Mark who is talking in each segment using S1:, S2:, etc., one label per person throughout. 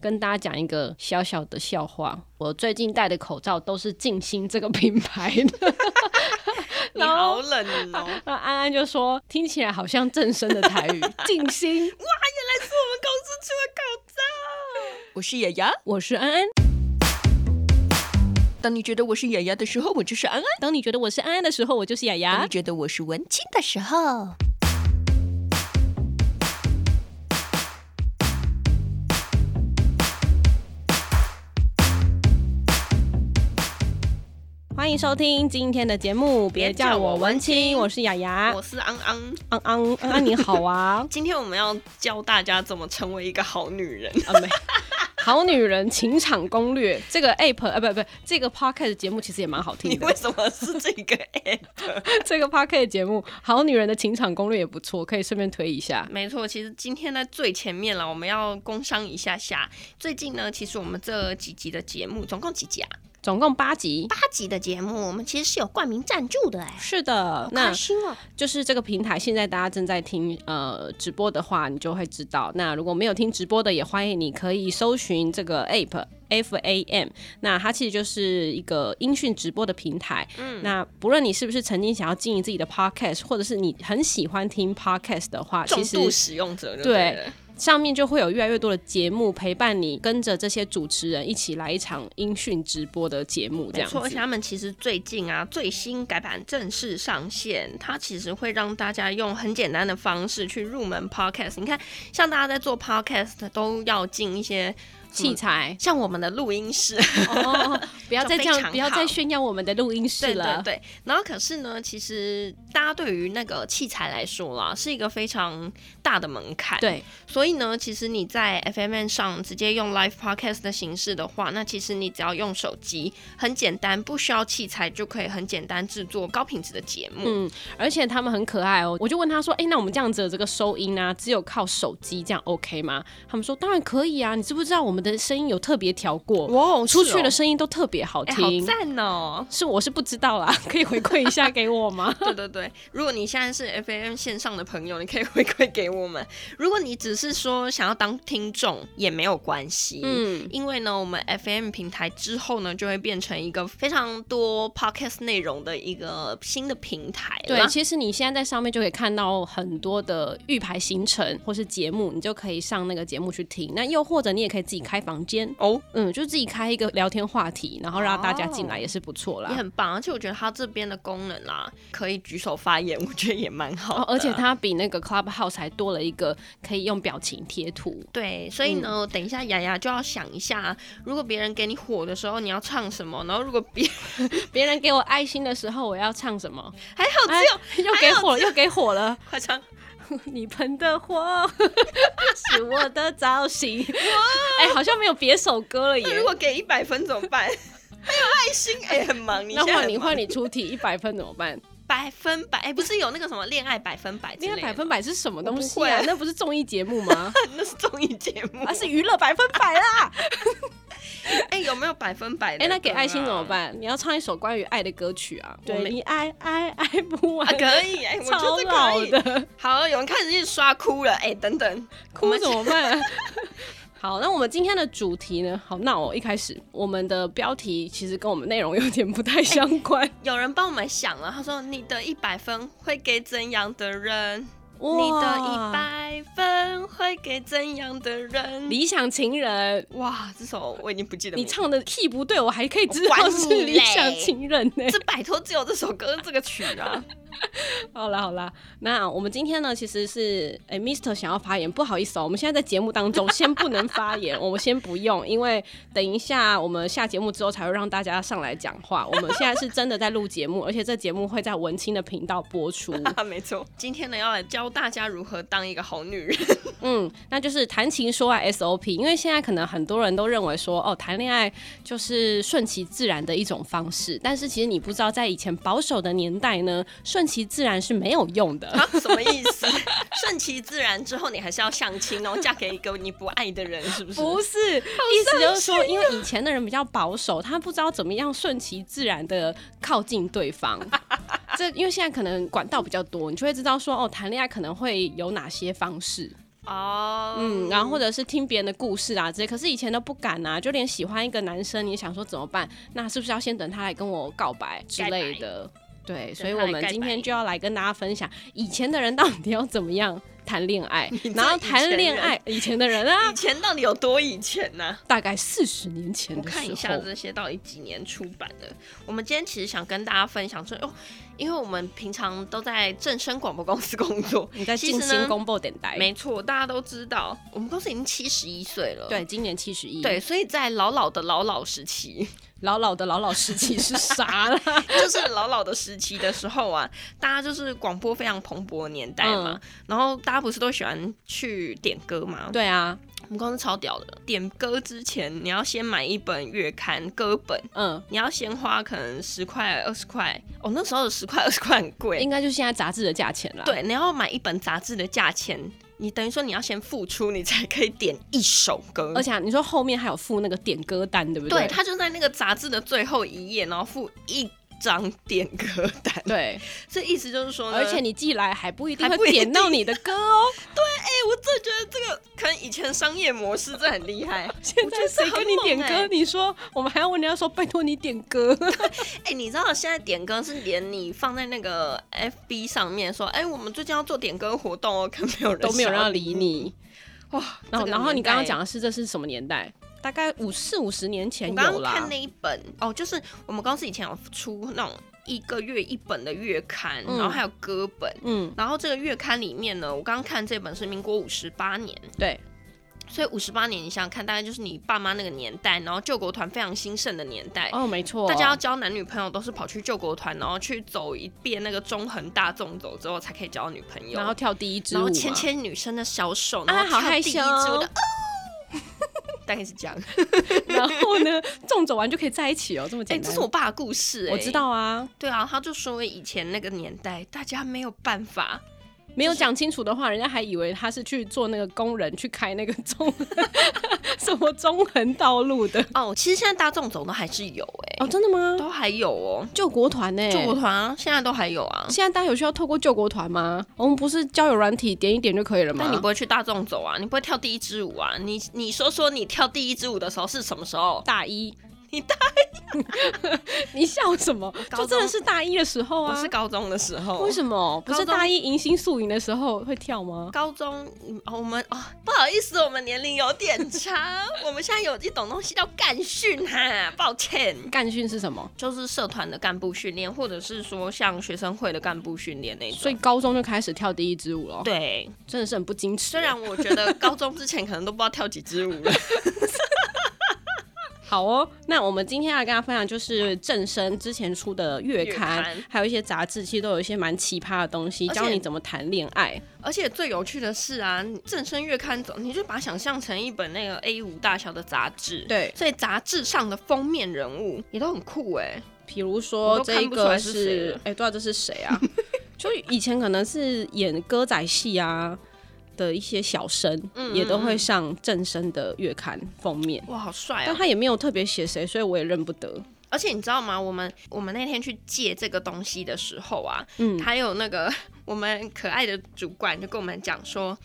S1: 跟大家讲一个小小的笑话。我最近戴的口罩都是静心这个品牌的，
S2: 你好冷 哦！
S1: 那安安就说听起来好像正声的台语，静心。
S2: 哇，原来是我们公司出的口罩。我是雅雅，
S1: 我是安安。
S2: 当你觉得我是雅雅的时候，我就是安安；
S1: 当你觉得我是安安的时候，我就是雅
S2: 当
S1: 雅
S2: 你。觉得我是文青的时候，
S1: 欢迎收听今天的节目，别叫我文青，我是雅雅。
S2: 我是安安。，
S1: 安安安安你好啊
S2: 今天我们要教大家怎么成为一个好女人。
S1: 啊没。好女人情场攻略这个 app 啊，不不，这个 podcast 节目其实也蛮好听
S2: 你
S1: 的
S2: 为。什么是这个 app？
S1: 这个 podcast 节目《好女人的情场攻略》也不错，可以顺便推一下。
S2: 没错，其实今天在最前面了，我们要工商一下下。最近呢，其实我们这几集的节目，总共几集啊？
S1: 总共八集。
S2: 八集的节目，我们其实是有冠名赞助的哎，
S1: 是的，
S2: 好
S1: 那
S2: 开心哦！
S1: 就是这个平台现在大家正在听呃直播的话，你就会知道。那如果没有听直播的，也欢迎你可以搜寻这个 app。F A M，那它其实就是一个音讯直播的平台。嗯，那不论你是不是曾经想要经营自己的 podcast，或者是你很喜欢听 podcast 的话，
S2: 重
S1: 其实
S2: 度使用者就
S1: 对
S2: 了
S1: 上面就会有越来越多的节目陪伴你，跟着这些主持人一起来一场音讯直播的节目，这
S2: 没
S1: 样子
S2: 错，而且他们其实最近啊，最新改版正式上线，它其实会让大家用很简单的方式去入门 podcast。你看，像大家在做 podcast 都要进一些
S1: 器材。
S2: 像我们的录音 室，
S1: 哦，不要再这
S2: 就非常
S1: 样，
S2: 好
S1: 不要再炫耀我们的录音室
S2: 对对
S1: 了。
S2: 对。然后可是呢，其实大家对于那个器材来说啦，是一个非常大的门槛。
S1: 对
S2: 所以呢，其实你在 FMN 上直接用 live podcast 的形式的话，那其实你只要用手机，很简单，不需要器材就可以很简单制作高品质的节目。
S1: 嗯，而且他们很可爱哦。我就问他说：“哎、那我们这样子的这个收音啊，只有靠手机这样 OK 吗？”他们说：“当然可以啊，你知不知道我们的声音有特别调过，
S2: 哇，哦
S1: 出去的
S2: 是
S1: 声音都特别好
S2: 哦哎、
S1: 听。
S2: 好赞哦！
S1: 是我是不知道啦， 可以回馈一下给我吗？
S2: 对对对，如果你现在是 FAM 线上的朋友，你可以回馈给我们。如果你只是说想要当听众，也没有关系。
S1: 嗯，
S2: 因为呢，我们 FM 平台之后呢，就会变成一个非常多 podcast 内容的一个新的平台啦。
S1: 对，其实你现在在上面就可以看到很多的预排行程或是节目，你就可以上那个节目去听。那又或者你也可以自己开房间，
S2: 哦，
S1: 嗯，就自己开一个聊天话题，然后让大家进来也是不错
S2: 也
S1: 啦。
S2: 很棒，而且我觉得它这边的功能啦、可以举手发言，我觉得也蛮好
S1: 哦
S2: 的、，
S1: 而且它比那个 Clubhouse 还多了一个可以用表情贴图。
S2: 对，所以呢，等一下雅雅就要想一下，如果别人给你火的时候，你要唱什么？然后如果别
S1: 别人给我爱心的时候，我要唱什么？
S2: 还好
S1: 哎
S2: 只有、
S1: 又给火了，又给火了！
S2: 快唱，
S1: 你喷的火 是我的造型。哎、好像没有别首歌了耶
S2: 那。如果给一百分怎么 办？很有爱心哎、很忙。你
S1: 那
S2: 现在
S1: 换
S2: 很
S1: 你
S2: 忙
S1: 换你出题，一百分怎么办？
S2: 百分百哎、不是有那个什么恋爱百分百之类
S1: 恋
S2: 的？
S1: 爱百分百是什么东西
S2: 我不
S1: 啊
S2: 会？
S1: 那不是综艺节目 吗？
S2: 那是综艺节目，
S1: 啊，是娱乐百分百啦！
S2: 哎、有没有百分百 的、啊
S1: 哎，那给爱心怎么？办？你要唱一首关于爱的歌曲啊！
S2: 我没
S1: 对你爱爱爱不 完
S2: 啊，，可以 哎、我
S1: 超
S2: 觉得
S1: 老
S2: 可以。
S1: 的，
S2: 好，有人开始一直刷哭了哎、等等，我
S1: 哭
S2: 们
S1: 怎么办？好，那我们今天的主题呢？好闹哦！一开始我们的标题其实跟我们内容有点不太相 关。
S2: 有人帮我们想了，他说你的一百分会给怎样的人？你的一
S1: 哇，
S2: 百分会给怎样的人？
S1: 理想情人，
S2: 哇，这首我已经不记得
S1: 你
S2: 名字。
S1: 唱的 key 不对，我还可以知
S2: 我
S1: 道
S2: 管
S1: 是
S2: 你
S1: 理想
S2: 嘞
S1: 情人呢、
S2: 这摆脱只有这首歌这个曲啊，
S1: 好啦好啦，那我们今天呢，其实是诶 m r 想要发言，不好意思哦、我们现在在节目当中先不能发言， 我们先不用，因为等一下我们下节目之后才会让大家上来讲话。我们现在是真的在录节目，而且这节目会在文青的频道播出。
S2: 啊 没错。今天呢，要来教大家如何当一个好女人。
S1: 嗯，那就是谈情说爱 SOP，因为现在可能很多人都认为说，哦，谈恋爱就是顺其自然的一种方式，但是其实你不知道，在以前保守的年代呢，顺其自然是没有用的。
S2: 啊，什么意思？ 顺其自然之后，你还是要相亲，然后嫁给一个你不爱的人，是不是？
S1: 不是，意思就是说，因为以前的人比较保守，他不知道怎么样顺其自然的靠近对 方。这因为现在可能管道比较多，你就会知道说，哦，谈恋爱可能会有哪些方式。
S2: 哦，
S1: 嗯，然后或者是听别人的故事啊之类，可是以前都不敢啊，就连喜欢一个男生，你想说怎么办？那是不是要先等他来跟我告白之类的？对，所以我们今天就要来跟大家分享，以前的人到底要怎么样谈恋 爱，然后谈恋爱以前的人啊，
S2: 以前到底有多以前呢、
S1: 大概四十年前
S2: 我
S1: 的时候，
S2: 看一下这些到底几年出版的。我们今天其实想跟大家分享说，哦，因为我们平常都在正声广播公司工 作，
S1: 你在
S2: 其
S1: 进
S2: 实
S1: 行
S2: 呢
S1: 公布点台，
S2: 没错，大家都知道，我们公司已经七十一岁了。
S1: 对，今年七十一，
S2: 对，，所以在老老的老老时期，
S1: 老老的老老时期是啥 啦？
S2: 就是老老的时期的时候啊，大家就是广播非常蓬勃的年代嘛。
S1: 嗯
S2: 然后大家不是都喜欢去点歌吗？
S1: 对啊，
S2: 我们公司超屌的，点歌之前你要先买一本月刊歌本，
S1: 嗯，
S2: 你要先花可能十块二十块，哦，那时候十块二十块很贵。
S1: 应该就是现在杂志的价钱啦。，
S2: 对，你要买一本杂志的价钱，你等于说你要先付出，你才可以点一首歌。
S1: 而且啊、你说后面还有附那个点歌单，对不
S2: 对，
S1: 对
S2: 他就在那个杂志的最后一页，然后附一张点歌单。，
S1: 对，
S2: 这意思就是说呢，
S1: 而且你寄来还不一定
S2: 嗯还不
S1: 会
S2: 一定
S1: 点到你的歌 哦。
S2: 我真的觉得这个可能以前商业模式这很厉害。
S1: 现在谁给你点
S2: 我
S1: 歌？
S2: 觉得很猛欸
S1: 你说我们还要问人家说拜托你点 歌，
S2: 哎、你知道现在点歌是连你放在那个 FB 上面说，哎、我们最近要做点歌活动哦，可没有人
S1: 都没有人
S2: 想
S1: 要理你。
S2: 哇。
S1: 然后，
S2: 这个
S1: 然后你
S2: 年代
S1: 刚刚讲。的是这是什么年代？大概五四五十年前
S2: 我刚
S1: 有
S2: 刚看
S1: 啦。
S2: 那一本哦，就是我们公司以前有出那种一个月一本的月刊，
S1: 嗯
S2: 然后还有歌本，
S1: 嗯，
S2: 然后这个月刊里面呢，我刚刚看这本是民国五十八年，
S1: 对，
S2: 所以五十八年你想想看，大概就是你爸妈那个年代，然后救国团非常兴盛的年代。
S1: 哦，没错，
S2: 大家要交男女朋友都是跑去救国团，然后去走一遍那个中横大纵走之后才可以交到女朋友，
S1: 然后跳第一支
S2: 然
S1: 舞
S2: 后
S1: 嘛，
S2: 牵牵女生的小手，然
S1: 啊
S2: 后
S1: 好
S2: 跳
S1: 害
S2: 第一支
S1: 羞
S2: 舞 的，哦大概是这样。
S1: 然后呢， 纵走完就可以在一起哦，这么
S2: 哎、
S1: 简单。
S2: 这是我爸的故事、哎，
S1: 我知道啊，
S2: 对啊，他就说以前那个年代，大家没有办法，
S1: 没有讲清楚的话，人家还以为他是去做那个工人，去开那个 中什么中横道路的。
S2: 哦，其实现在大众走都还是有哎、
S1: 哦，真的吗？
S2: 都还有哦，
S1: 救国团呢、
S2: 救国团啊，现在都还有啊。
S1: 现在大家有需要透过救国团吗？我们不是交友软体点一点就可以了吗？
S2: 但你不会去大众走啊，你不会跳第一支舞啊？你你说说你跳第一支舞的时候是什么时候？
S1: 大一，
S2: 你大啊
S1: 一， 你笑什么？
S2: 高
S1: 就
S2: 中
S1: 真的是大一的时候
S2: 我
S1: 啊
S2: 是？高中的时候。
S1: 为什么不是
S2: 高中
S1: 大一迎新宿营的时候会跳吗？
S2: 高中，嗯哦我们哦，不好意思，我们年龄有点差， 我们现在有一种东西叫干训哈、抱歉。
S1: 干训是什么？
S2: 就是社团的干部训练，或者是说像学生会的干部训练那种。
S1: 所以高中就开始跳第一支舞了，，
S2: 对，
S1: 真的是很不矜持。
S2: 虽然我觉得高中之前可能都不知道跳几支舞了。
S1: 好哦，那我们今天要跟大家分享就是正生之前出的月刊，
S2: 月刊
S1: 还有一些杂志，其实都有一些蛮奇葩的东西，
S2: 而且
S1: 教你怎么谈恋爱。
S2: 而且最有趣的是啊，你正声月刊总，你就把它想象成一本那个 A 五大小的杂志。
S1: 对，
S2: 所以杂志上的封面人物也都很酷哎、
S1: 比如说
S2: 我都看
S1: 这
S2: 不出
S1: 个
S2: 来是谁
S1: 是
S2: 了，
S1: 哎、对啊，这是谁 啊？就以前可能是演歌仔戏啊的一些小生，
S2: 嗯
S1: 也都
S2: 嗯
S1: 会
S2: 嗯
S1: 上正生的月刊封面。
S2: 哇，好帅
S1: 但
S2: 啊！
S1: 他也没有特别写谁，所以我也认不得。
S2: 而且你知道吗？我们我们那天去借这个东西的时候啊，
S1: 嗯，
S2: 还有那个 我们可爱的主管就跟我们讲说，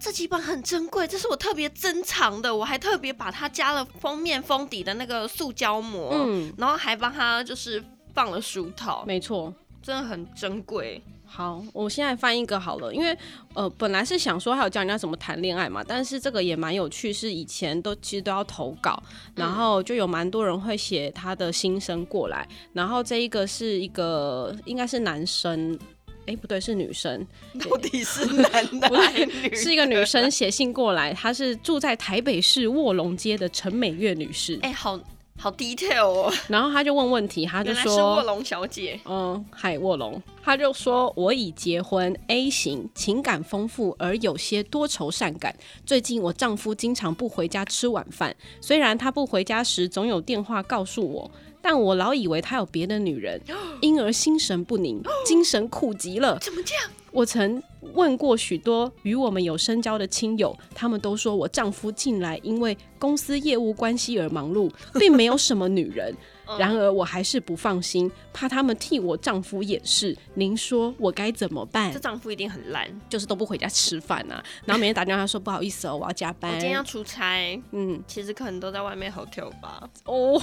S2: 这几本很珍贵，这是我特别珍藏的，我还特别把它加了封面封底的那个塑胶膜，
S1: 嗯，
S2: 然后还帮它就是放了书套，
S1: 没错。
S2: 真的很珍贵。
S1: 好，我现在翻一个好了，因为呃，本来是想说还有教人家怎么谈恋爱嘛，但是这个也蛮有趣，是以前都其实都要投稿，然后就有蛮多人会写他的心声过来，然后这一个是一个应该是男生。哎，不对，是女 生，
S2: 到底是男 的还是女的？
S1: 是一个女生写信过来，她是住在台北市卧龙街的陈美月女士，
S2: 哎、好好 detail 哦，
S1: 然后她就问问题，她就
S2: 原来是
S1: 说
S2: 卧龙小姐。
S1: 嗯，海卧龙，他就说我已结婚，A 型，情感丰富而有些多愁善感。最近我丈夫经常不回家吃晚饭，虽然他不回家时总有电话告诉我，但我老以为他有别的女人，因而心神不宁，精神苦极了。
S2: 怎么这样？
S1: 我曾问过许多与我们有深交的亲友，他们都说 我丈夫近来因为公司业务关系而忙碌，并没有什么女人。然而我还是不放心，怕他们替我丈夫掩饰。您说我该怎么办
S2: 这？丈夫一定很烂，
S1: 就是都不回家吃饭啊，然后每天打电话说不好意思哦，我要加
S2: 我
S1: 班。
S2: 今天要出差，
S1: 嗯
S2: 其实可能都在外面 hotel 吧。
S1: 哦，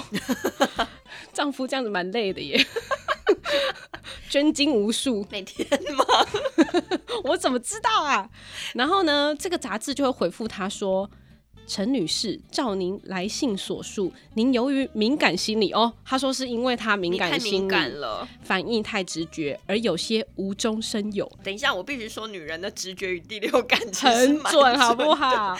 S1: 丈夫这样子蛮累的耶， 捐精无数，
S2: 每天吗？
S1: 我怎么知道啊？ 然后呢，这个杂志就会回复他说。陈女士，照您来信所述，您由于敏感心理哦，他说是因为他敏
S2: 你太
S1: 感心理，
S2: 敏感了。
S1: 反应太直觉，而有些无中生有，
S2: 等一下，我必须说，女人的直觉与第六感其实
S1: 很
S2: 蛮
S1: 准，好
S2: 的
S1: 不？ 好？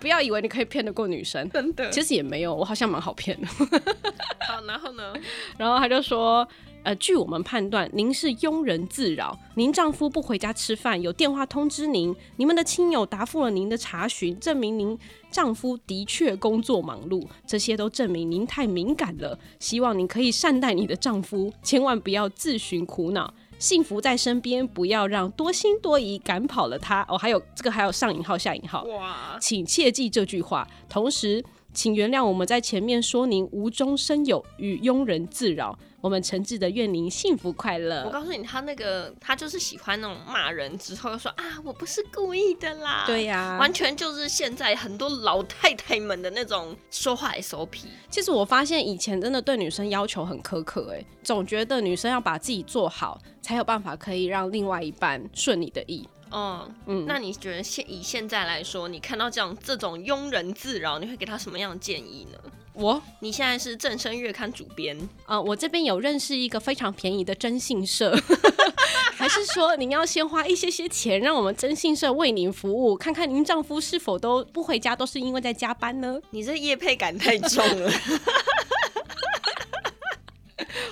S1: 不要以为你可以骗得过女生，
S2: 真的。
S1: 其实也没有，我好 像蛮好骗的。
S2: 好，然后呢？
S1: 然后他就说，呃，据我们判断，您是庸人自扰，您丈夫不回家吃饭，有电话通知您，你们的亲友答复了您的查询，证明您丈夫的确工作忙碌，这些都证明您太敏感了。希望您可以善待你的丈夫，千万不要自寻苦恼。幸福在身边，不要让多心多疑赶跑了他。哦，还有这个还有上引号下引号，
S2: 哇，
S1: 请切记这句话。同时，请原谅我们在前面说您无中生有与庸人自扰。我们诚挚的愿您幸福快
S2: 我
S1: 乐。
S2: 告诉你，他那个他就是喜欢那种骂人之后又说啊，我不是故意的啦。
S1: 对、呀、
S2: 完全就是现在很多老太太们的那种说话 SOP。
S1: 其实我发现以前真的对女生要求很苛刻、欸，总觉得女生要把自己做好，才有办法可以让另外一半顺你的意。
S2: 嗯，
S1: 嗯，
S2: 那你觉得现以现在来说，你看到这样这种庸人自扰，你会给他什么样的建议呢？
S1: 我
S2: 你现在是正声月刊主编，
S1: 呃，我这边有认识一个非常便宜的征信社， 还是说您要先花一些些钱，让我们征信社为您服务，看看您丈夫是否都不回家，都是因为在加班呢？
S2: 你这业配感太重了。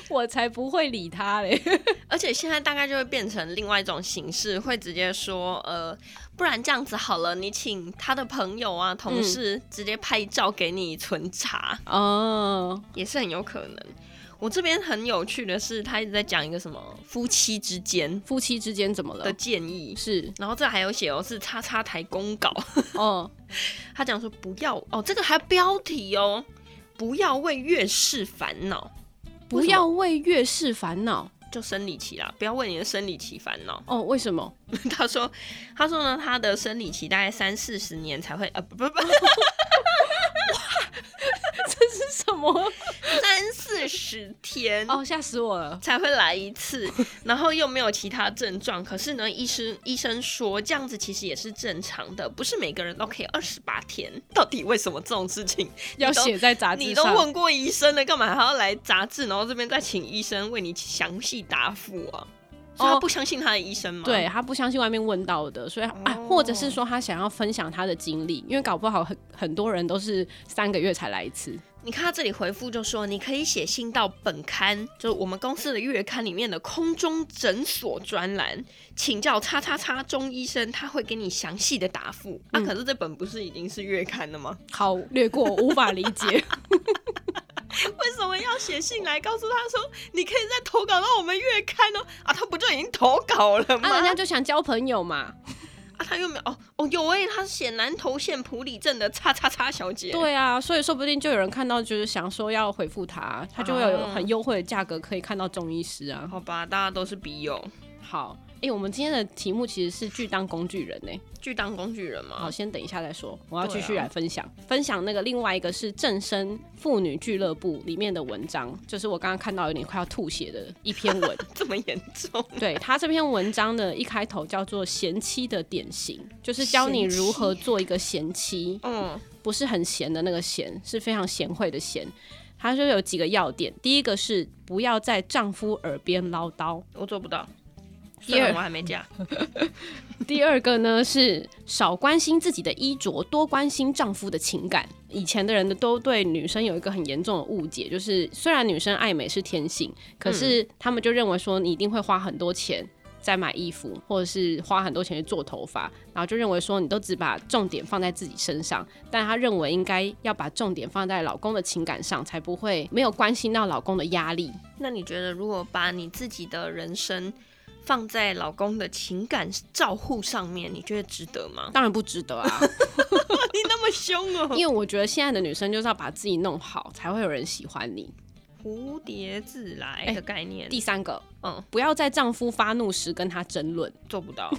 S1: 我才不会理他嘞。
S2: 而且现在大概就会变成另外一种形式，会直接说，呃，不然这样子好了，你请他的朋友啊、同事直接拍照给你存查，
S1: 哦，
S2: 也是很有可能。我这边很有趣的是，他一直在讲一个什么夫妻之间
S1: 夫妻之间怎么
S2: 的
S1: 了？
S2: 建议，
S1: 是
S2: 然后这还有写哦是叉叉台公稿，
S1: 哦，
S2: 他讲说不要哦，这个还标题哦，不要为月事烦恼，
S1: 不要 为月事烦恼
S2: 就生理期啦，不要为你的生理期烦恼。
S1: 哦。为什么？
S2: 他说，他说呢，他的生理期大概三四十年才会，呃，不不不，
S1: 是什么？
S2: 三四十天
S1: 哦，吓死我 了。
S2: 才会来一次，然后又没有其他症状。可是呢，医生医生说这样子其实也是正常的，不是每个人都可以二十八天。到底为什么这种事情
S1: 要写在杂
S2: 你
S1: 志
S2: 都
S1: 上，
S2: 问过医生了，干嘛还要来杂志，然后这边再请医生为你详细答复啊？所以他不相信他的医生吗？
S1: 哦对他不相信外面问到的，所以啊，
S2: 哦
S1: 或者是说他想要分享他的经历，因为搞不好很很多人都是三个月才来一次。
S2: 你看他这里回复就说，你可以写信到本刊，就是我们公司的月刊里面的空中诊所专栏，请教叉叉叉中医生，他会给你详细的答复。啊，
S1: 嗯
S2: 可是这本不是已经是月刊了吗？
S1: 好，略过，无法理 解。
S2: 为什么要写信来告诉他说，你可以再投稿到我们月刊哦？啊，他不就已经投稿了吗？
S1: 啊，人家就想交朋友嘛。
S2: 啊他又没有哦哦有哎、他是写南投县埔里镇的叉叉叉小姐。
S1: 对啊，所以说不定就有人看到，就是想说要回复他，他就会有
S2: 啊
S1: 很优惠的价格可以看到中医师啊。
S2: 好吧，大家都是笔友，
S1: 好，哎、我们今天的题目其实是拒当工具人呢、
S2: 去当工具人嘛。
S1: 好，先等一下再说，我要继续
S2: 嗯对啊
S1: 来分享、分享那个另外一个是正生妇女俱乐部里面的文章，就是我刚刚看到有点快要吐血的一篇 文。
S2: 这么严重？
S1: 对他这篇文章的一开头叫做“贤妻的典型”，就是教你
S2: 贤妻
S1: 如何做一个贤妻。
S2: 嗯，
S1: 不是很闲的那个闲，是非常贤惠的贤。他说有几个要点，第一个是不要在丈夫耳边唠叨，
S2: 我做不到。
S1: 第
S2: 虽然
S1: 二
S2: 我还没嫁，
S1: 第二个呢是少关心自己的衣着，多关心丈夫的情感。以前的人都对女生有一个很严重的误解，就是虽然女生爱美是天性，可是他们就认为说你一定会花很多钱。在买衣服，或者是花很多钱去做头发，然后就认为说你都只把重点放在自己身上，但他认为应该要把重点放在老公的情感上，才不会没有关心到老公的压力。
S2: 那你觉得如果把你自己的人生放在老公的情感照护上面，你觉得值得吗？
S1: 当然不值得啊，
S2: 你那么凶哦！
S1: 因为我觉得现在的女生就是要把自己弄好，才会有人喜欢你。
S2: 蝴蝶自来
S1: 哎
S2: 的概念，
S1: 第三个，
S2: 嗯，
S1: 不要在丈夫发怒时跟他争论，
S2: 做不到，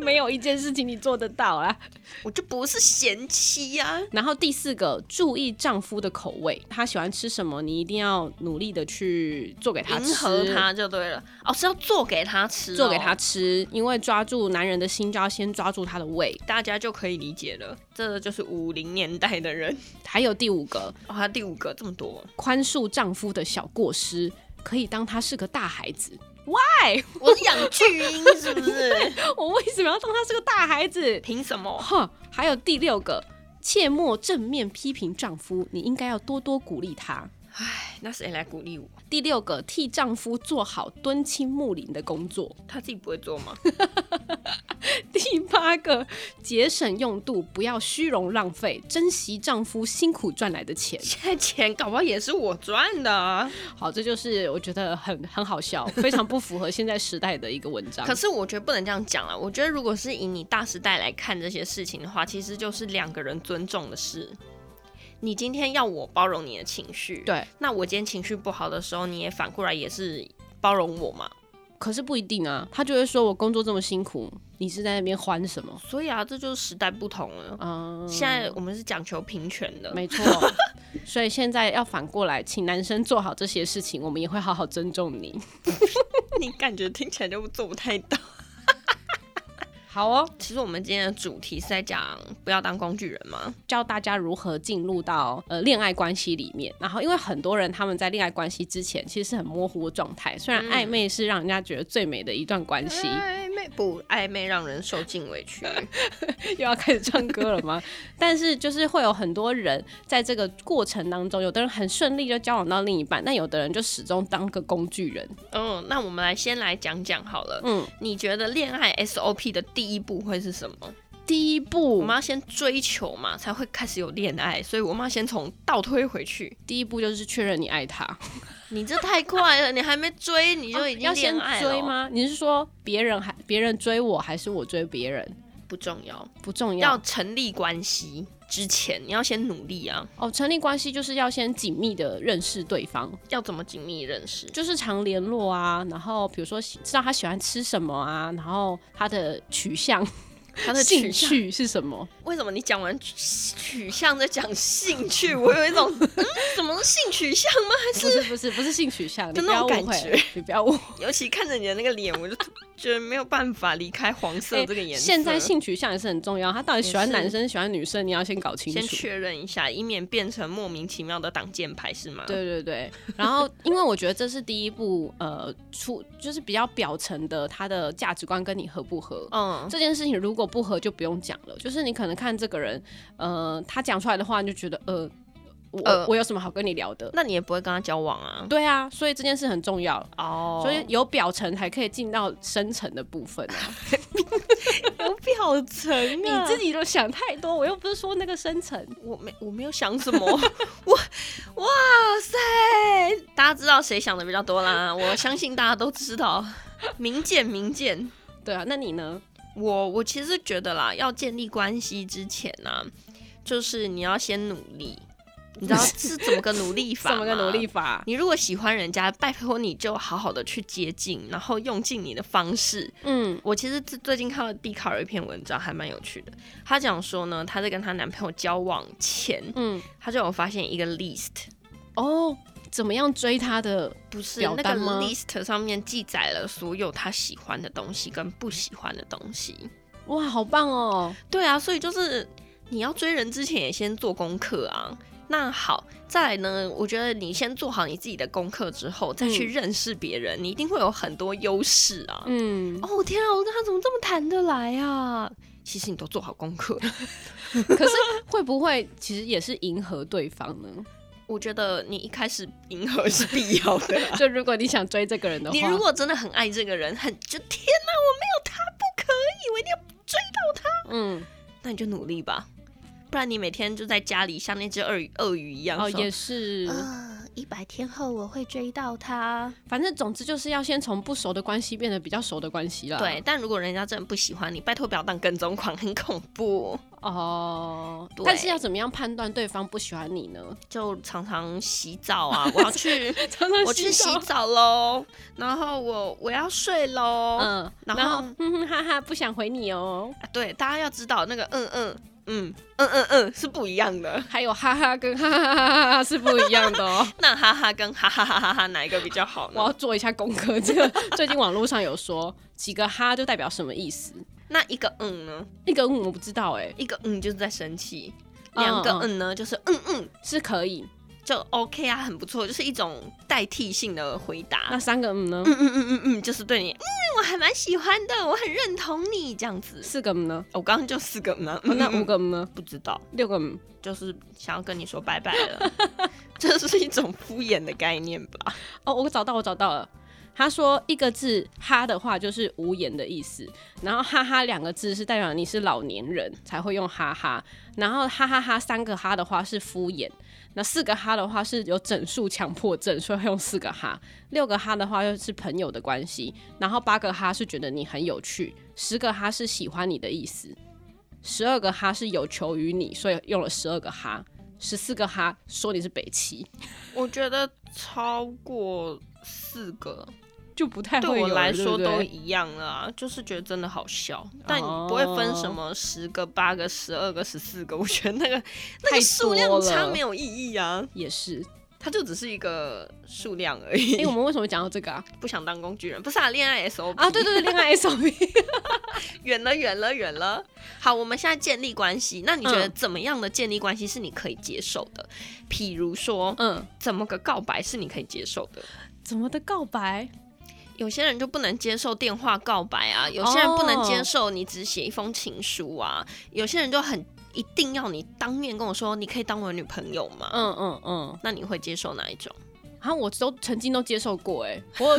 S1: 没有一件事情你做得到啦。
S2: 我就不是贤妻呀、
S1: 然后第四个，注意丈夫的口味，他喜欢吃什么，你一定要努力的去做给他吃，
S2: 迎合他就对了。哦，是要做给他吃、哦
S1: 做给他。吃，因为抓住男人的心就要先抓住他的胃。
S2: 大家就可以理解了，这就是五零年代的人。
S1: 还有第五个，
S2: 哦，他第五个这么多，哦
S1: 宽恕丈夫的小过失，可以当他是个大孩子。
S2: 我是养巨婴是不是？
S1: 我为什么要当他是个大孩子？
S2: 凭什么？
S1: 哼，还有第六个，切莫正面批评丈夫，你应该要多多鼓励他。
S2: 哎，那谁来鼓励我？
S1: 第六个，替丈夫做好敦亲睦邻的工作。
S2: 他自己不会做吗？
S1: 第八个，节省用度，不要虚荣浪费，珍惜丈夫辛苦赚来的 钱。
S2: 现在钱搞不好也是我赚 的、啊，
S1: 好，这就是我觉得很很好笑，非常不符合现在时代的一个文章
S2: 可。是我觉得不能这样讲了。我觉得如果是以你大时代来看这些事情的话，其实就是两个人尊重的事。你今天要我包容你的情绪，
S1: 对，
S2: 那我今天情绪不好的时候，你也反过来也是包容我嘛。
S1: 可是不一定啊，他就会说我工作这么辛苦，你是在那边欢什 么？
S2: 所以啊，这就是时代不同了。
S1: 嗯，
S2: 现在我们是讲求平权的，
S1: 没错。 所以现在要反过来，请男生做好这些事情，我们也会好好尊重你。
S2: 你感觉听起来就做不太到。
S1: 好哦，
S2: 其实我们今天的主题是在讲不要当工具人嘛。
S1: 教大家如何进入到呃恋爱关系里面。然后，因为很多人他们在恋爱关系之前其实是很模糊的状态，虽然暧昧是让人家觉得最美的一段关系，
S2: 暧昧不暧昧让人受尽委屈，
S1: 又要开始唱歌了吗？但是就是会有很多人在这个过程当中，有的人很顺利就交往到另一半，但有的人就始终当个工具人。
S2: 嗯，那我们来先来讲讲好了。
S1: 嗯，
S2: 你觉得恋爱 SOP 的第一步会是什么？
S1: 第一
S2: 我
S1: 步，
S2: 们要先追求嘛，才会开始有恋爱，所以我们要先从倒推回去。
S1: 第一步就是确认你爱他。啊
S2: 你这太快了，你还没追你就已
S1: 哦要
S2: 经
S1: 先
S2: 恋爱了，哦
S1: 追？吗？你是说别人还别人追我，还是我追别人？
S2: 不重要，
S1: 不重要
S2: 要成立关系之前，你要先努力啊。
S1: 哦。成立关系就是要先紧密的认识对方，
S2: 要怎么紧密认识？
S1: 就是常联络啊，然后比如说喜知道他喜欢吃什么啊，然后他的取向、
S2: 他
S1: 他
S2: 的
S1: 兴
S2: 取向？
S1: 趣是什么？
S2: 为什么你讲完取取向在讲兴趣？我有一 种，嗯，什么兴趣向 吗？
S1: 不是不是不是性取向，你
S2: 就
S1: 不
S2: 那
S1: 要
S2: 种
S1: 误
S2: 感
S1: 会，你不要误会。
S2: 尤其看着你的那个脸，我就突觉得没有办法离开黄色 这个颜色。
S1: 哎现在性取向也是很重要，他到底喜欢
S2: 也是
S1: 男生喜欢女生，你要先搞清
S2: 先
S1: 楚。
S2: 确认一下，以免变成莫名其妙的挡箭牌，是吗？，
S1: 对对对，然后因为我觉得这是第一步，呃，出就是比较表层的，他的价值观跟你合不合。
S2: 嗯，
S1: 这件事情如果不合就不用讲了，就是你可能看这个人，呃，他讲出来的话你就觉得，呃，我、
S2: 呃
S1: 我有什么好跟你聊的？
S2: 那你也不会跟他交往啊？
S1: 对啊，所以这件事很重要，
S2: 哦
S1: 所以有表层才可以进到深层的部分、啊。
S2: 有表层、 啊
S1: 你自己都想太多，我又不是说那个深层。
S2: 我没我没有想什么， 我哇塞，大家知道谁想的比较多啦？我相信大家都知 道，明鉴明鉴。
S1: 对啊，那你呢？
S2: 我我其实觉得啦，要建立关系之前呢、就是你要先努力，你 知道是怎么个努力法？
S1: 怎么个努力？法？
S2: 你如果喜欢人家，拜托你就好好的去接近，然后用尽你的方式。
S1: 嗯，
S2: 我其实最最近看到毕卡尔一篇文章，还蛮有趣的。她讲说呢，她在跟她男朋友交往前，
S1: 嗯，
S2: 她就有发现一个 list，
S1: 哦，怎么样追他的？
S2: 不是
S1: 表
S2: 那个
S1: 单吗
S2: list 上面记载了所有她喜欢的东西跟不喜欢的东西。
S1: 哇，好棒哦！
S2: 对啊，所以就是你要追人之前也先做功课啊。那好，再来呢，我觉得你先做好你自己的功课之后，再去
S1: 嗯
S2: 认识别人，你一定会有很多优势啊。
S1: 嗯，
S2: 哦天啊，我跟他怎么这么谈得来啊？其实你都做好功课，
S1: 可是会不会其实也是迎合对方呢？
S2: 我觉得你一开始迎合是必要 的啊、
S1: 就如果你想追这个人的话，
S2: 你如果真的很爱这个人，很就天哪、我没有他不可以，我一定要，
S1: 嗯，
S2: 那你就努力吧，不然你每天就在家里像那只鳄鱼鳄鱼一样
S1: 哦
S2: 说
S1: 也是，
S2: 啊，
S3: 一百天后我会追到他。
S1: 反正总之就是要先从不熟的关系变得比较熟的关系啦。
S2: 对，，啊但如果人家真的不喜欢你，拜托不要当跟踪狂，很恐怖。
S1: 哦、
S2: 对
S1: 但是要怎么样判断对方不喜欢你呢？
S2: 就常常洗澡啊，我要 去，
S1: 常常
S2: 我去洗澡喽，然后我我要睡喽。
S1: 嗯，
S2: 然
S1: 然
S2: 后
S1: 后哼哼哈哈，不想回你哦。
S2: 啊对，大家要知道那个嗯嗯嗯嗯嗯嗯是不一样的。
S1: 还有哈哈跟哈哈哈哈哈哈是不一样的哦。
S2: 那哈哈跟哈哈哈哈哈哪一个比较好
S1: 我要
S2: 呢？
S1: 做一下功课，这个最近网络上有说几个哈就代表什么意思？
S2: 那一个嗯呢？
S1: 一个嗯我不知道哎、
S2: 一个嗯就是在生气，
S1: 嗯
S2: 两个
S1: 嗯
S2: 嗯呢就是嗯嗯
S1: 是可以。
S2: 就 OK 啊，很不错，就是一种代替性的回答
S1: 那。三个嗯呢？
S2: 嗯嗯嗯嗯嗯，就是对你，嗯，我还蛮喜欢的，我很认同你这样子。哦
S1: 四个嗯呢？
S2: 我刚刚就四个嗯啊，
S1: 哦、那
S2: 嗯
S1: 五个嗯呢？
S2: 不知道，
S1: 六个嗯？
S2: 就是想要跟你说拜拜了， 这是一种敷衍的概念吧？
S1: 哦，我找到，我找到了。他说一个字“哈”的话就是无言的意思，然后“哈哈”两个字是代表你是老年人才会用“哈哈”，然后“哈哈哈”三个“哈”的话是敷衍，那四个“哈”的话是有整数强迫症，所以会用四个“哈”，六个“哈”的话又是朋友的关系，然后八个“哈”是觉得你很有趣，十个“哈”是喜欢你的意思，十二个“哈”是有求于你，所以用了十二个“哈”，十四个“哈”说你是北齐，
S2: 我觉得超过四个
S1: 就不太会
S2: 对
S1: 有
S2: 我
S1: 了
S2: 来
S1: 对哦
S2: 说
S1: 不
S2: 都
S1: 对
S2: 一样了啊，就是觉得真的好笑，但你不会分什么十个、八个、十二个、十四个，我觉 得那个那
S1: 太
S2: 个数量
S1: 多
S2: 差
S1: 了
S2: 没有意义啊，
S1: 也 是，
S2: 它就只是一个数量而已。
S1: 哎、我们为什么讲到这个啊？
S2: 不想当工具人，不是啊，恋爱 SOP
S1: 啊，对，对对，恋爱 SOP，
S2: 远了远了远了。好，我们现在建立关系，那你觉得
S1: 嗯
S2: 怎么样的建立关系是你可以接受的？譬如说， 呃
S1: 嗯，
S2: 怎么个告白是你可以接受的？
S1: 怎么的告白？
S2: 有些人就不能接受电话告白啊，有些人不能
S1: 哦
S2: 接受你只写一封情书啊，有些人就很一定要你当面跟我说，你可以当我女朋友吗？
S1: 嗯嗯嗯，
S2: 那你会接受哪一种？
S1: 啊，我都曾经都接受过、 欸，哎，我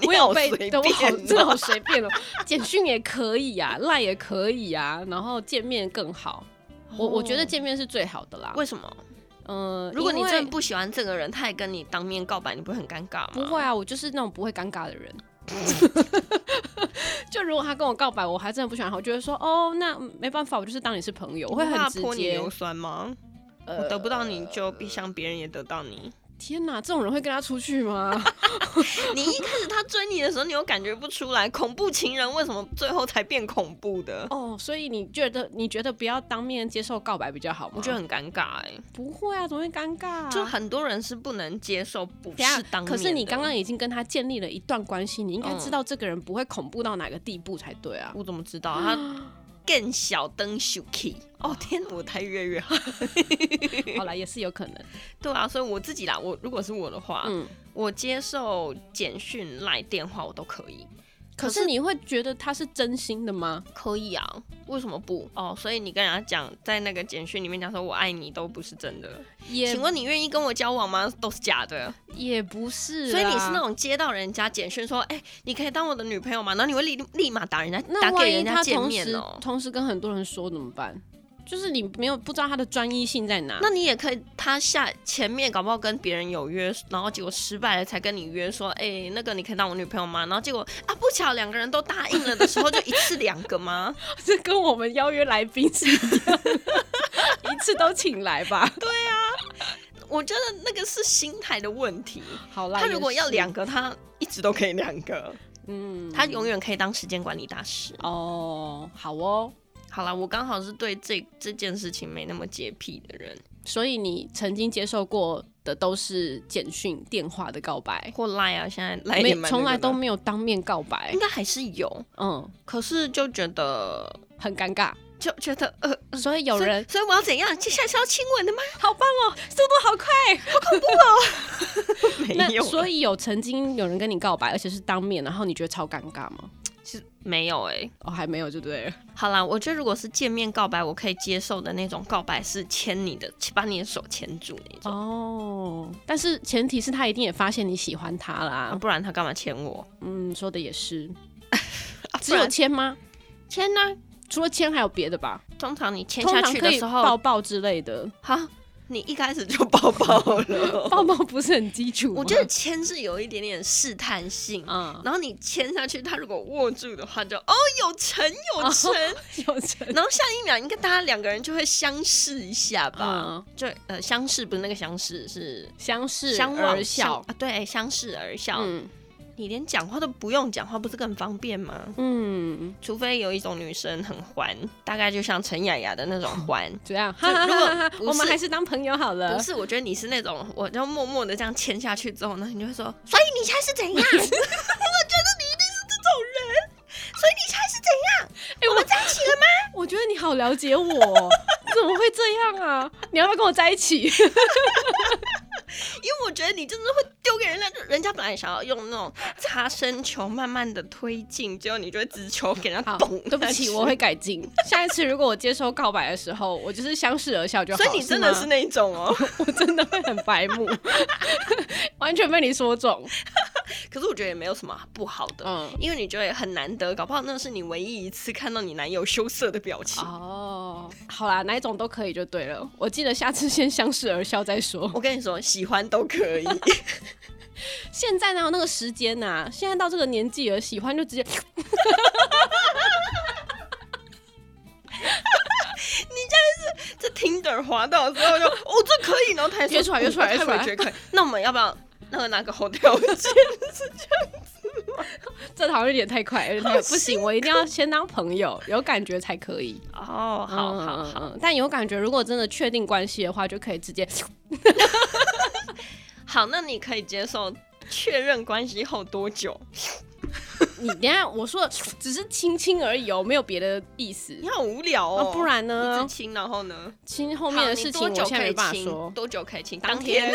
S2: 你
S1: 我有
S2: 好
S1: 被
S2: 随，
S1: 对我好
S2: 便哦
S1: 真的好随便了，简讯也可以啊，赖也可以啊，然后见面更好，我我觉得见面是最好的啦，
S2: 哦为什么？
S1: 嗯、
S2: 如果你
S1: 因为
S2: 真的不喜欢这个人，他也跟你当面告白，你不会很尴尬吗？
S1: 不会啊，我就是那种不会尴尬的 人。就如果他跟我告白，我还真的不喜欢他，我就会说哦，那没办法，我就是当你是朋友，我
S2: 不
S1: 会很
S2: 怕
S1: 直
S2: 泼你
S1: 接。
S2: 硫酸吗？
S1: 呃
S2: 我得不到你就必向别人也得到你。
S1: 天哪，这种人会跟他出去吗？
S2: 你一开始他追你的时候，你又感觉不出来，恐怖情人为什么最后才变恐怖的？
S1: 哦，所以你觉得你觉得不要当面接受告白比较好吗？
S2: 我觉得很尴尬哎、
S1: 不会啊，怎么会尴尬、啊？
S2: 就很多人是不能接受不
S1: 等下
S2: 是当面的
S1: 可是你刚刚已经跟他建立了一段关系，你应该
S2: 嗯
S1: 知道这个人不会恐怖到哪个地步才对 啊。
S2: 我怎么知 道他更小灯 Suki？哦天，我太越越 好。
S1: 好啦，也是有可能。
S2: 对啊，所以我自己啦，我如果是我的话，
S1: 嗯，
S2: 我接受简讯、来电话我都可以，
S1: 可是你会觉得他是真心的吗？
S2: 可以啊，为什么不？哦，所以你跟人家讲，在那个简讯里面讲说我爱你都不是真的，
S1: 也
S2: 请问你愿意跟我交往吗？都是假的。
S1: 也不是啦，啊
S2: 所以你是那种接到人家简讯说，哎、你可以当我的女朋友吗？然后你会立立马打人家，打
S1: 那万
S2: 给
S1: 一
S2: 人家
S1: 他
S2: 见
S1: 同
S2: 面
S1: 时、
S2: 哦、
S1: 同时跟很多人说怎么办？就是你没有不知道他的专一性在哪。
S2: 那你也可以，他下前面搞不好跟别人有约，然后结果失败了才跟你约说，哎、那个你可以当我女朋友吗？然后结果啊不巧两个人都答应了的时候，就一次两个吗？
S1: 这跟我们邀约来宾是一样的，一次都请来吧。
S2: 我觉得那个是心态的问题。
S1: 好啦，
S2: 他如果
S1: 也是
S2: 要两个，他一直都可以两个，
S1: 嗯，
S2: 他永远可以当时间管理大师。
S1: 哦，好哦，
S2: 好啦，我刚好是对这这件事情没那么洁癖的人，
S1: 所以你曾经接受过的都是简讯、电话的告白，
S2: 或赖啊，现在赖
S1: 没
S2: 也蛮那个的
S1: 从来都没有当面告白
S2: 应，该还是有，
S1: 嗯，
S2: 可是就觉得
S1: 很尴尬。
S2: 就觉得呃，
S1: 所以有
S2: 所以
S1: 人
S2: 所以我要怎样？接下来是要亲吻的吗？
S1: 好棒哦，速度好快。那所
S2: 以
S1: 以有曾经有人跟你告白，而且是当面，然后你觉得超尴尬吗？
S2: 其实没有哎、
S1: 哦，还没有就对了。
S2: 好啦，我觉得如果是见面告白，我可以接受的那种告白是牵你的，把你的手牵住那种。
S1: 哦，但是前提是他一定也发现你喜欢他
S2: 啊，
S1: 啦。
S2: 不然他干嘛牵我？
S1: 嗯，说的也是。
S2: 啊、
S1: 只有牵吗？
S2: 牵呢、
S1: 除了牵还有别的吧？
S2: 通常你牵
S1: 通
S2: 下
S1: 常
S2: 去
S1: 可
S2: 的
S1: 以
S2: 时
S1: 抱
S2: 候，
S1: 抱之类的。
S2: 哈，你一开始就抱抱了。
S1: 抱抱不是很基础吗？
S2: 哦 我觉得牵是有一点点试探性，啊
S1: 嗯，
S2: 然后你牵下去，他如果握住的话就，哦有成有 成，
S1: 有成
S2: 然后下一秒应该大家两个人就会相视一下吧，
S1: 嗯，
S2: 就呃相视不是那个相视是
S1: 相视
S2: 相望
S1: 而笑
S2: 相，啊，对，相视而笑。
S1: 嗯
S2: 你连讲话都不用讲话，不是更方便吗？
S1: 嗯，
S2: 除非有一种女生很欢，大概就像陈雅雅的那种欢。
S1: 怎样？
S2: 就如果不是
S1: 我们还是当朋友好了
S2: 不。是，我觉得你是那种，我就默默的这样牵下去之后呢，你就会说，所以你现在是怎样？我 觉得你一定是这种人，所以你现在是怎样？
S1: 哎，我们在一起了吗？ 我觉得你好了解我，你怎么会这样啊？你要不要跟我在一起？
S2: 因为我觉得你真的会丢给人家，就人家本来想要用那种擦身球慢慢的推进，结果你就会直球给人家
S1: 好，
S2: 咚。
S1: 对不起，我会。改进。下一次如果我接收告白的时候，我就是相视而笑就好。
S2: 所以你真的
S1: 吗
S2: 是那一种哦，
S1: 我真的会很白目， 完全被你说中。
S2: 可是我觉得也没有什么不好的，
S1: 嗯，
S2: 因为你觉得很难得，搞不好那是你唯一一次看到你男友羞涩的表情。
S1: 哦，好啦，哪一种都可以就对了。我记得下次先相视而笑再说。
S2: 我跟你说，喜欢都 可以。
S1: 现在哪有那个时间呐、现在到这个年纪了，喜欢就直接
S2: 这 Tinder 滑到之后就，哦，这可以，然后他还说
S1: 约出来约出来
S2: 嗯
S1: 约出来
S2: 我觉得可以。那我们要不要那个拿 个 hotel 见？
S1: 这好像有点太快，有点太
S2: 好辛
S1: 不行，我一定要先当朋友，有感觉才可以。
S2: 哦，好好
S1: 嗯
S2: 好，
S1: 嗯嗯但有感觉，如果真的确定关系的话，就可以直接
S2: 好，那你可以接受确认关系后多久？
S1: 你等一下我说的只是亲亲而已哦，没有别的意思。
S2: 你好无聊
S1: 啊
S2: 哦，，
S1: 不然
S2: 一
S1: 呢
S2: 直？亲，然后呢？
S1: 亲后面的
S2: 好
S1: 事
S2: 你
S1: 情我
S2: 多久
S1: 现在
S2: 可
S1: 没
S2: 以
S1: 办法
S2: 亲？
S1: 说。
S2: 多久可以亲？
S1: 当
S2: 当天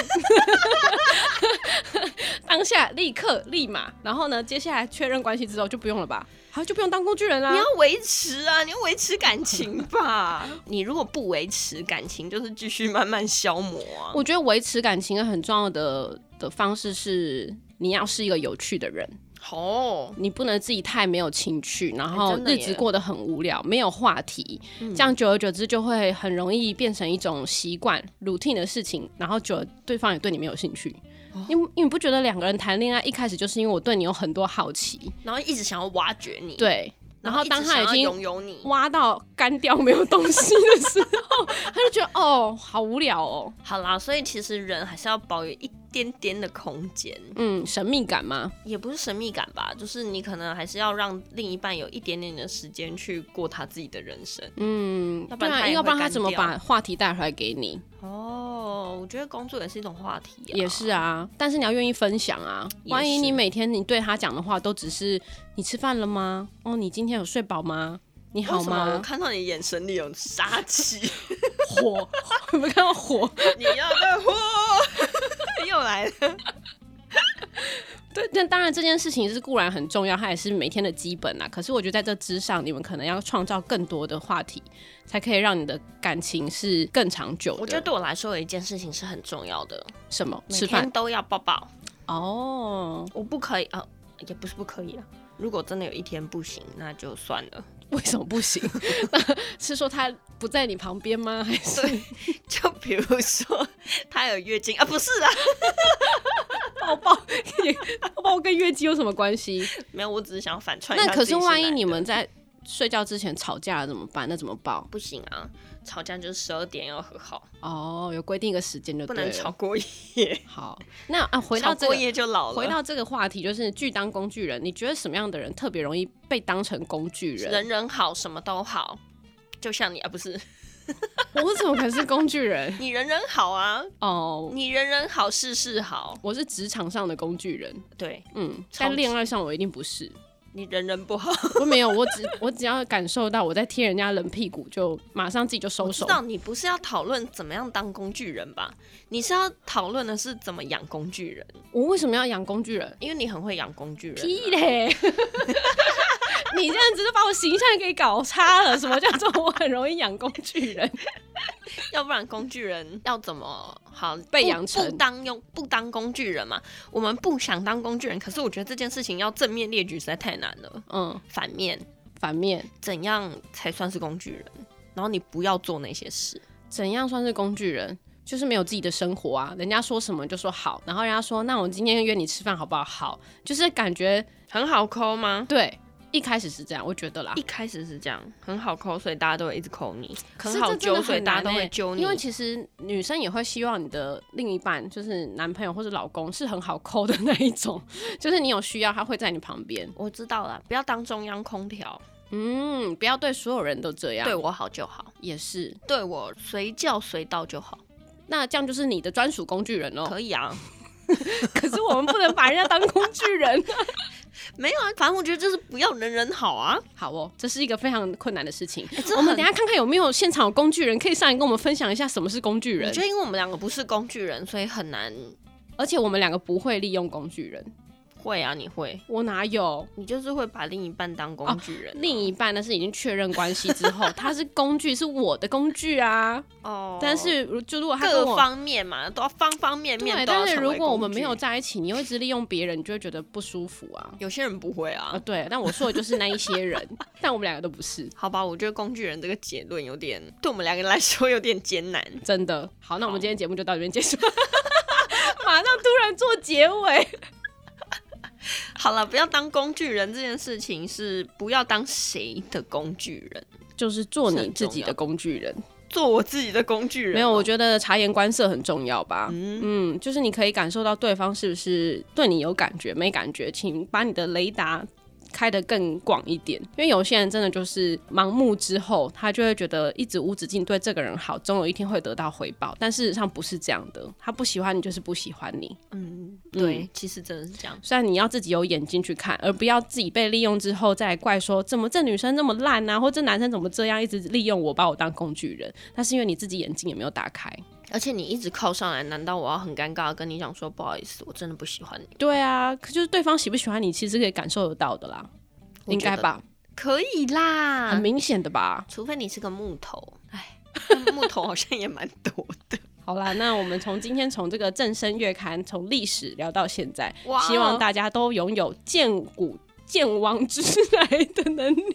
S1: 天。当下立刻立马，然后呢，接下来确认关系之后就不用了吧？好，就不用当工具人啦
S2: 你。要维持啊，你要维持感情吧。 你如果不维持感情，就是继续慢慢消磨啊。
S1: 我觉得维持感情很重要的的方式是，你要是一个有趣的人，
S2: 哦，
S1: 你不能自己太没有情趣，然后
S2: 真的
S1: 日
S2: 耶
S1: 子过得很无聊，没有话题，这样久而久之就会很容易变成一种习惯 routine 的事情，然后久了对方也对你没有兴趣。因为因为你不觉得两个人谈恋爱一开始就是因为我对你有很多好奇，
S2: 然后一直想要挖掘你，，
S1: 对，然后
S2: 一直
S1: 当他已
S2: 想要
S1: 经
S2: 拥有你，
S1: 挖到干掉没有东西的时候，他就觉得哦，好无聊哦，
S2: 好啦，所以其实人还是要保有一点点的空间，
S1: 嗯，神秘感嘛，
S2: 也不是神秘感吧，就是你可能还是要让另一半有一点点的时间去过他自己的人生。
S1: 嗯，
S2: 要不
S1: 对
S2: 然
S1: 啊，
S2: 他也
S1: 要不然
S2: 会
S1: 他
S2: 干
S1: 怎么
S2: 掉
S1: 把话题带回来给你？
S2: 哦，我觉得工作也是一种话题、
S1: 也是，啊，但是你要愿意分享啊，
S2: 也
S1: 万一你
S2: 是
S1: 每天你对他讲的话都只是你吃饭了吗？哦，你今天有睡饱吗？你
S2: 为
S1: 好
S2: 什么我
S1: 吗？
S2: 看到你眼神里有杀气？
S1: 火， 有没有看到火？
S2: 你要的火 又来了。
S1: 对，但当然这件事情是固然很重要，它也是每天的基本啊。可是我觉得在这之上，你们可能要创造更多的话题，才可以让你的感情是更长久的。
S2: 我觉得对我来说有一件事情是很重要的，
S1: 什么
S2: 每
S1: 吃
S2: 天
S1: 饭
S2: 都要抱抱，
S1: 哦？
S2: 我不可以啊、也不是不可以啊。如果真的有一天不行，那就算了，
S1: 为什么不 行？是说他不在你旁边吗？还是
S2: 就比如说他有月经啊，不是啦，
S1: 抱抱抱抱跟月经有什么关系？
S2: 没有，我只是想反串一下
S1: 那
S2: 自己
S1: 可
S2: 男
S1: 是万
S2: 的。
S1: 一你们在睡觉之前吵架了怎么办？那怎么报？
S2: 不行啊，吵架就是十二点要和好，
S1: 哦，有规定一个时间就
S2: 不
S1: 对了
S2: 能吵过 夜，
S1: 好，那啊，回到
S2: 吵
S1: 这
S2: 过
S1: 个。
S2: 夜就老了。
S1: 回到这个话题，就是拒当工具人，你觉得什么样的人特别容易被当成工具人？
S2: 人人好，什么都好，就像你啊，不是
S1: 我怎么可能是工具 人？
S2: 你人人好啊，
S1: 哦，
S2: 你人人好，事事好，
S1: 我是职场上的工具人，
S2: 对
S1: 嗯，
S2: 超
S1: 但
S2: 级
S1: 恋爱上我一定不是，
S2: 你人人不好。
S1: 我没有，我只我只要感受到我在贴人家冷屁股，就马上自己就收
S2: 我知
S1: 手。
S2: 道你不是要讨论怎么样当工具人吧？你是要讨论的是怎么养工具人，
S1: 我为什么要养工具人？
S2: 因为你很会养工具人、
S1: 屁！嘞！ 你这样子就把我形象给搞差了。什么叫做我很容易养工具人？
S2: 要不然工具人要怎么好
S1: 被
S2: 不
S1: 养成
S2: 不当用不当工具人嘛？我们不想当工具人，可是我觉得这件事情要正面列举实在太难了。
S1: 嗯，
S2: 反面
S1: 反面
S2: 怎样才算是工具人？然后你不要做那些事，
S1: 怎样算是工具人？就是没有自己的生活啊，人家说什么就说好，然后人家说那我今天约你吃饭好不好？好，就是感觉
S2: 很好抠吗？
S1: 对，一开始是这样，我觉得啦
S2: 一。开始是这样，很好抠，所以大家都会一直抠你；
S1: 是
S2: 很
S1: 这
S2: 好
S1: 真的
S2: 揪，所以
S1: 很
S2: 大家
S1: 难
S2: 都会
S1: 欸
S2: 揪你。
S1: 因为其实女生也会希望你的另一半，就是男朋友或者老公，是很好抠的那一种，就是你有需要，他会在你旁边。
S2: 我知道了，不要当中央空调，
S1: 嗯，不要对所有人都这样。
S2: 对，我好就好，
S1: 也是。
S2: 对我随叫随到就好，
S1: 那这样就是你的专属工具人喽。
S2: 可以啊。
S1: 可是我们不能把人家当工具 人。
S2: 没有啊，反正我觉得就是不要人人好啊。
S1: 好哦，这是一个非常困难的事情。
S2: 哎这
S1: 我们
S2: 很
S1: 等一下看看有没有现场有工具人可以上来跟我们分享一下什么是工具
S2: 我
S1: 人
S2: 觉。得因为我们两个不是工具人，所以很难
S1: 而且我们两个不会利用工具人，
S2: 会啊。你会，
S1: 我哪有？
S2: 你就是会把另一半当工具人啊、
S1: 哦另一半那是已经确认关系之后，他是工具，是我的工具啊。
S2: 哦，
S1: 但是如就如果他跟
S2: 各
S1: 我
S2: 方面嘛，都要方方面面
S1: 对，
S2: 都要
S1: 但是
S2: 成为
S1: 如果我们
S2: 工具
S1: 没有，在一起，你又一直利用别人，你就会觉得不舒服啊。
S2: 有些人不会
S1: 啊，
S2: 啊。
S1: 对，但我说的就是那一些人， 但我们两个都不是。
S2: 好吧，我觉得工具人这个结论有点，对我们两个人来说有点艰难。
S1: 真的。好，那我们今天节目就到这边结束。 马上突然做结尾，
S2: 好了，不要当工具人这件事情是不要当谁的工具人，
S1: 就是做你自己的工具人。
S2: 做我自己的工具人哦、
S1: 没有，我觉得察言观色很重要吧。
S2: 嗯
S1: 嗯，就是你可以感受到对方是不是对你有感觉，没感觉，请把你的雷达开得更广一点。因为有些人真的就是盲目之后，他就会觉得一直无止境对这个人好，总有一天会得到回报。但事实上不是这样的，他不喜欢你就是不喜欢你。嗯
S2: 嗯，对，其实真的是这样。
S1: 虽然你要自己有眼睛去看，而不要自己被利用之后再来怪说怎么这女生这么烂啊，或这男生怎么这样，一直利用我，把我当工具人。那是因为你自己眼睛也没有打开。
S2: 而且你一直靠上来，难道我要很尴尬地跟你讲说不好意思，我真的不喜欢你？
S1: 对啊，可就是对方喜不喜欢你，其实可以感受得到的啦，
S2: 我
S1: 应该吧，
S2: 可以
S1: 很
S2: 啦，
S1: 明显的吧。
S2: 除非你是个木头，哎， 木头好像也蛮多的。
S1: 好啦，那我们从今天从这个正声月刊从历史聊到现在，
S2: 哇哦
S1: 希望大家都拥有见古见往之来的能力。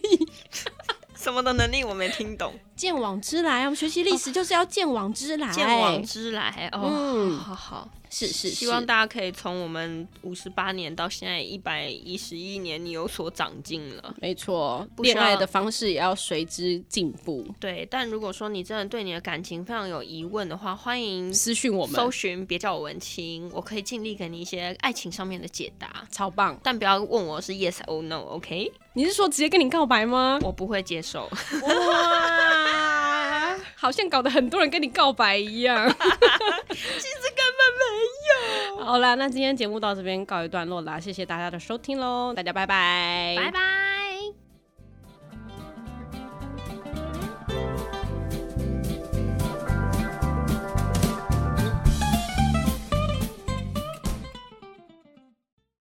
S2: 什么的能力我没听懂，
S1: 见往之来啊，我们学习历史就是要见往之来。
S2: 见往之来哦，
S1: 嗯
S2: 好好好，
S1: 是是是，
S2: 希望大家可以从我们五十八年到现在一百一十一年，你有所长进了。
S1: 没错，
S2: 不需
S1: 恋
S2: 要
S1: 爱的方式也要随之进步。
S2: 对，但如果说你真的对你的感情非常有疑问的话，欢迎
S1: 私讯我
S2: 搜
S1: 们，
S2: 寻，别叫我文青，我可以尽力给你一些爱情上面的解答，
S1: 超棒！
S2: 但不要问我是 yes or no，OK？、
S1: 你是说直接跟你告白吗？
S2: 我不会接受。
S1: 哇，好像搞得很多人跟你告白一 样。其实根本没有。好啦，那今天节目到这边告一段落啦，谢谢大家的收听喽，大家拜拜，
S2: 拜拜。